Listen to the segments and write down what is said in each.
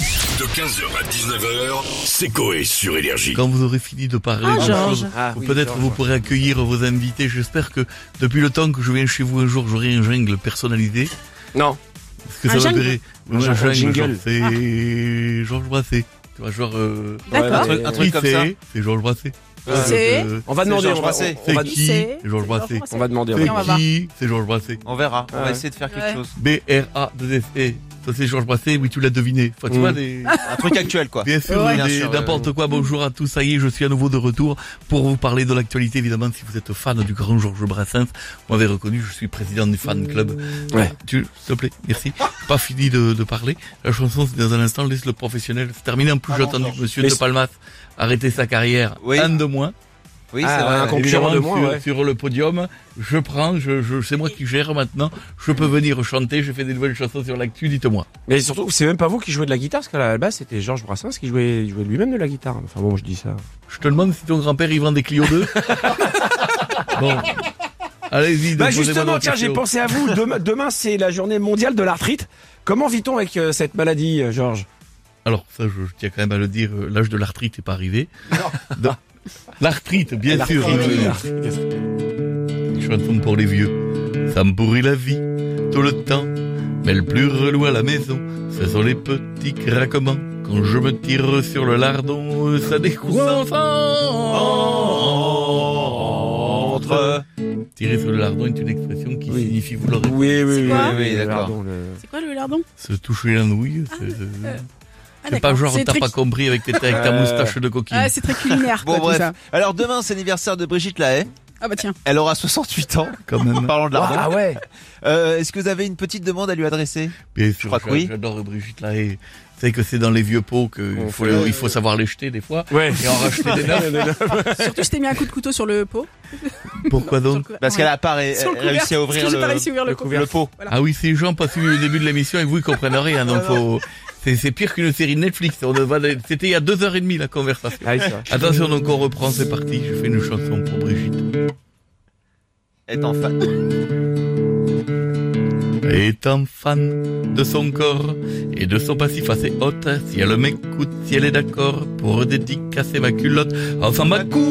De 15h à 19h, c'est Coé sur Énergie. Quand vous aurez fini de parler Ah, de Georges. choses, Ah, ou oui, peut-être Georges, vous ouais. pourrez accueillir vos invités. J'espère que depuis le temps que je viens chez vous un jour, j'aurai un jungle personnalisé. Non. Parce que Un ça va jungle durer. Un Ouais, genre- un jingle. genre, c'est Georges Brasset. Tu vois, genre, euh, D'accord. Ouais, un mais- truc- un truc comme ça. C'est Georges Brasset. Euh, C'est- Euh, On va C'est demander, on Georges va, Brassens. on, on va, Qui Et C'est- Georges Brassens. Brassens. on va demander. on va C'est on va demander. voir. qui C'est Georges Brasset. On verra, on Ouais. va essayer de faire quelque Ouais. chose. B-R-A-2-S-E. E. Ça, c'est Georges Brasset. Oui, tu l'as deviné. Enfin, tu Mm. vois, les... Un truc actuel quoi. Bien sûr, Ouais. des- Bien sûr, ouais. n'importe quoi. Bonjour à tous. Ça y est, je suis à nouveau de retour pour vous parler de l'actualité. Évidemment, si vous êtes fan du grand Georges Brassens, vous m'avez reconnu, je suis président du fan club. Mmh. Euh, Ouais. Tu, s'il te plaît, merci. Pas fini de, de parler. La chanson, c'est dans un instant, laisse le professionnel. C'est terminé. En plus, j'ai entendu que monsieur Mais De c'est- Palmas arrêter sa carrière. Oui. Un de moins. Oui, Ah, un c'est vrai. con- Concurrent Évidemment, de moins, sur, ouais. sur le podium. Je prends, je, je, c'est moi qui gère maintenant. Je peux venir chanter. Je fais des nouvelles chansons sur l'actu. Dites-moi. Mais surtout, c'est même pas vous qui jouez de la guitare, parce qu'à la base, c'était Georges Brassens qui jouait, il jouait lui-même de la guitare. Enfin bon, je dis ça. Je te demande si ton grand-père il vend des Clio 2. bon. Allez-y. Bah donc, posez-moi justement, vos tiens, j'ai questions. pensé à vous. Demain, demain c'est la journée mondiale de l'arthrite. Comment vit-on avec euh, cette maladie, euh, Georges Alors, ça, je, je tiens quand même à le dire, euh, l'âge de l'arthrite n'est pas arrivé. Donc, L'arthrite, bien sûr. euh, une chanson pour les vieux. Ça me pourrit la vie, tout le temps. Mais le plus relou à la maison, ce sont les petits craquements. Quand je me tire sur le lardon, euh, ça décoince. Entre. Tirer Euh, sur le lardon est une expression qui Oui. signifie vouloir Oui, oui, oui, quoi oui, Oui, d'accord. pardon, le- C'est quoi le lardon se toucher la nouille. c'est- c'est- Ah, C'est d'accord. pas genre C'est t'as très- pas compris avec, tes- avec ta Euh. moustache de coquille. Ah, c'est très culinaire. Bon quoi, tout ça. bref. Alors demain c'est l'anniversaire de Brigitte Lahaye. Ah bah tiens. Elle aura 68 ans. quand même. Parlons de Ah l'ardon. ouais. Euh, Est-ce que vous avez une petite demande à lui adresser Bien sûr, crois que j'a- oui. j'adore Brigitte Lahaye. C'est que c'est dans les vieux pots qu'il Bon, faut, faut le- le- il faut savoir les jeter des fois Ouais. et en racheter des neufs. Surtout, je t'ai mis un coup de couteau sur le pot. Pourquoi Sur le donc couvercle. Parce qu'elle a pas ré- Sur le couvercle, réussi à ouvrir parce que j'ai le, pas réussi à ouvrir le le couvercle. pot. Ah oui, ces gens passent le début de l'émission et vous ils comprennent rien. Ah, Donc faut... c'est c'est pire qu'une série Netflix. On va- C'était il y a deux heures et demie la conversation. Ah oui, c'est vrai. Attention, donc on reprend, c'est parti. Je fais une chanson pour Brigitte. Est Euh, en fa- Étant fan de son corps et de son passif assez haute, si elle m'écoute, si elle est d'accord pour dédicacer ma culotte, enfin ma couche.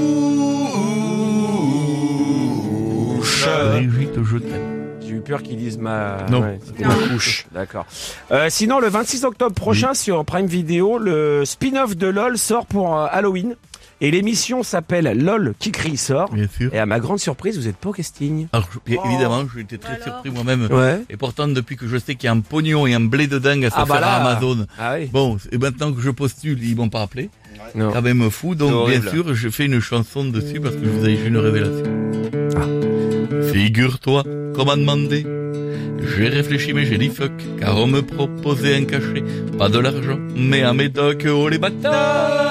Euh, Brigitte, Eh je t'aime. Ah, J'ai eu peur qu'ils disent ma. Euh, Non. Ouais, c'était Non. ma couche. D'accord. Euh, sinon, le 26 octobre prochain sur Prime Video, le spin-off de LOL sort pour euh, Halloween. Et l'émission s'appelle LOL qui crie sort. Bien sûr. Et à ma grande surprise, vous êtes pas au casting. Alors, je- bien Oh. évidemment, j'ai été très Alors. surpris moi-même. Ouais. Et pourtant, depuis que je sais qu'il y a un pognon et un blé de dingue à se Ah faire bah à là. Amazon. Ah oui. Bon, et maintenant que je postule, ils m'ont pas appelé. Non. Quand même fou. C'est Donc, bien horrible. sûr, je fais une chanson dessus parce que je vous ai fait une révélation. Ah. Figure-toi qu'on m'a demandé. J'ai réfléchi, mais j'ai dit fuck. Car on me proposait un cachet. Pas de l'argent, mais un médoc. Oh les Ah.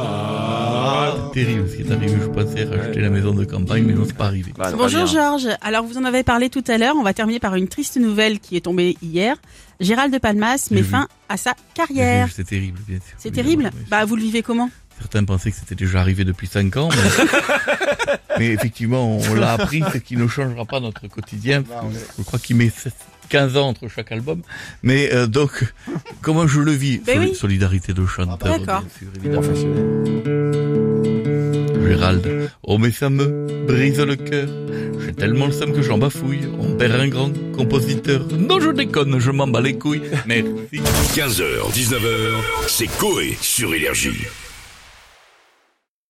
bâtards! Terrible ce qui est arrivé. Je pensais racheter la maison de campagne, mais non, c'est pas arrivé. Bah, non, pas Bonjour bien. Georges. Alors vous en avez parlé tout à l'heure. On va terminer par une triste nouvelle qui est tombée hier. Gérald de Palmas met vu. fin à sa carrière. C'est terrible, bien sûr. C'est Évidemment, terrible. oui. Bah vous le vivez comment Certains pensaient que c'était déjà arrivé depuis 5 ans, mais, mais effectivement, on l'a appris, ce qui ne changera pas notre quotidien. parce que Je crois qu'il met 7, 15 ans entre chaque album. Mais euh, donc, comment je le vis Ben oui. Solidarité de chanteur, D'accord. bien sûr, évidemment. Gérald, oh mais ça me brise le cœur. J'ai tellement le seum que j'en bafouille. On perd un grand compositeur. Non, je déconne, je m'en bats les couilles. Merci. 15h, 19h, c'est Coé sur Énergie.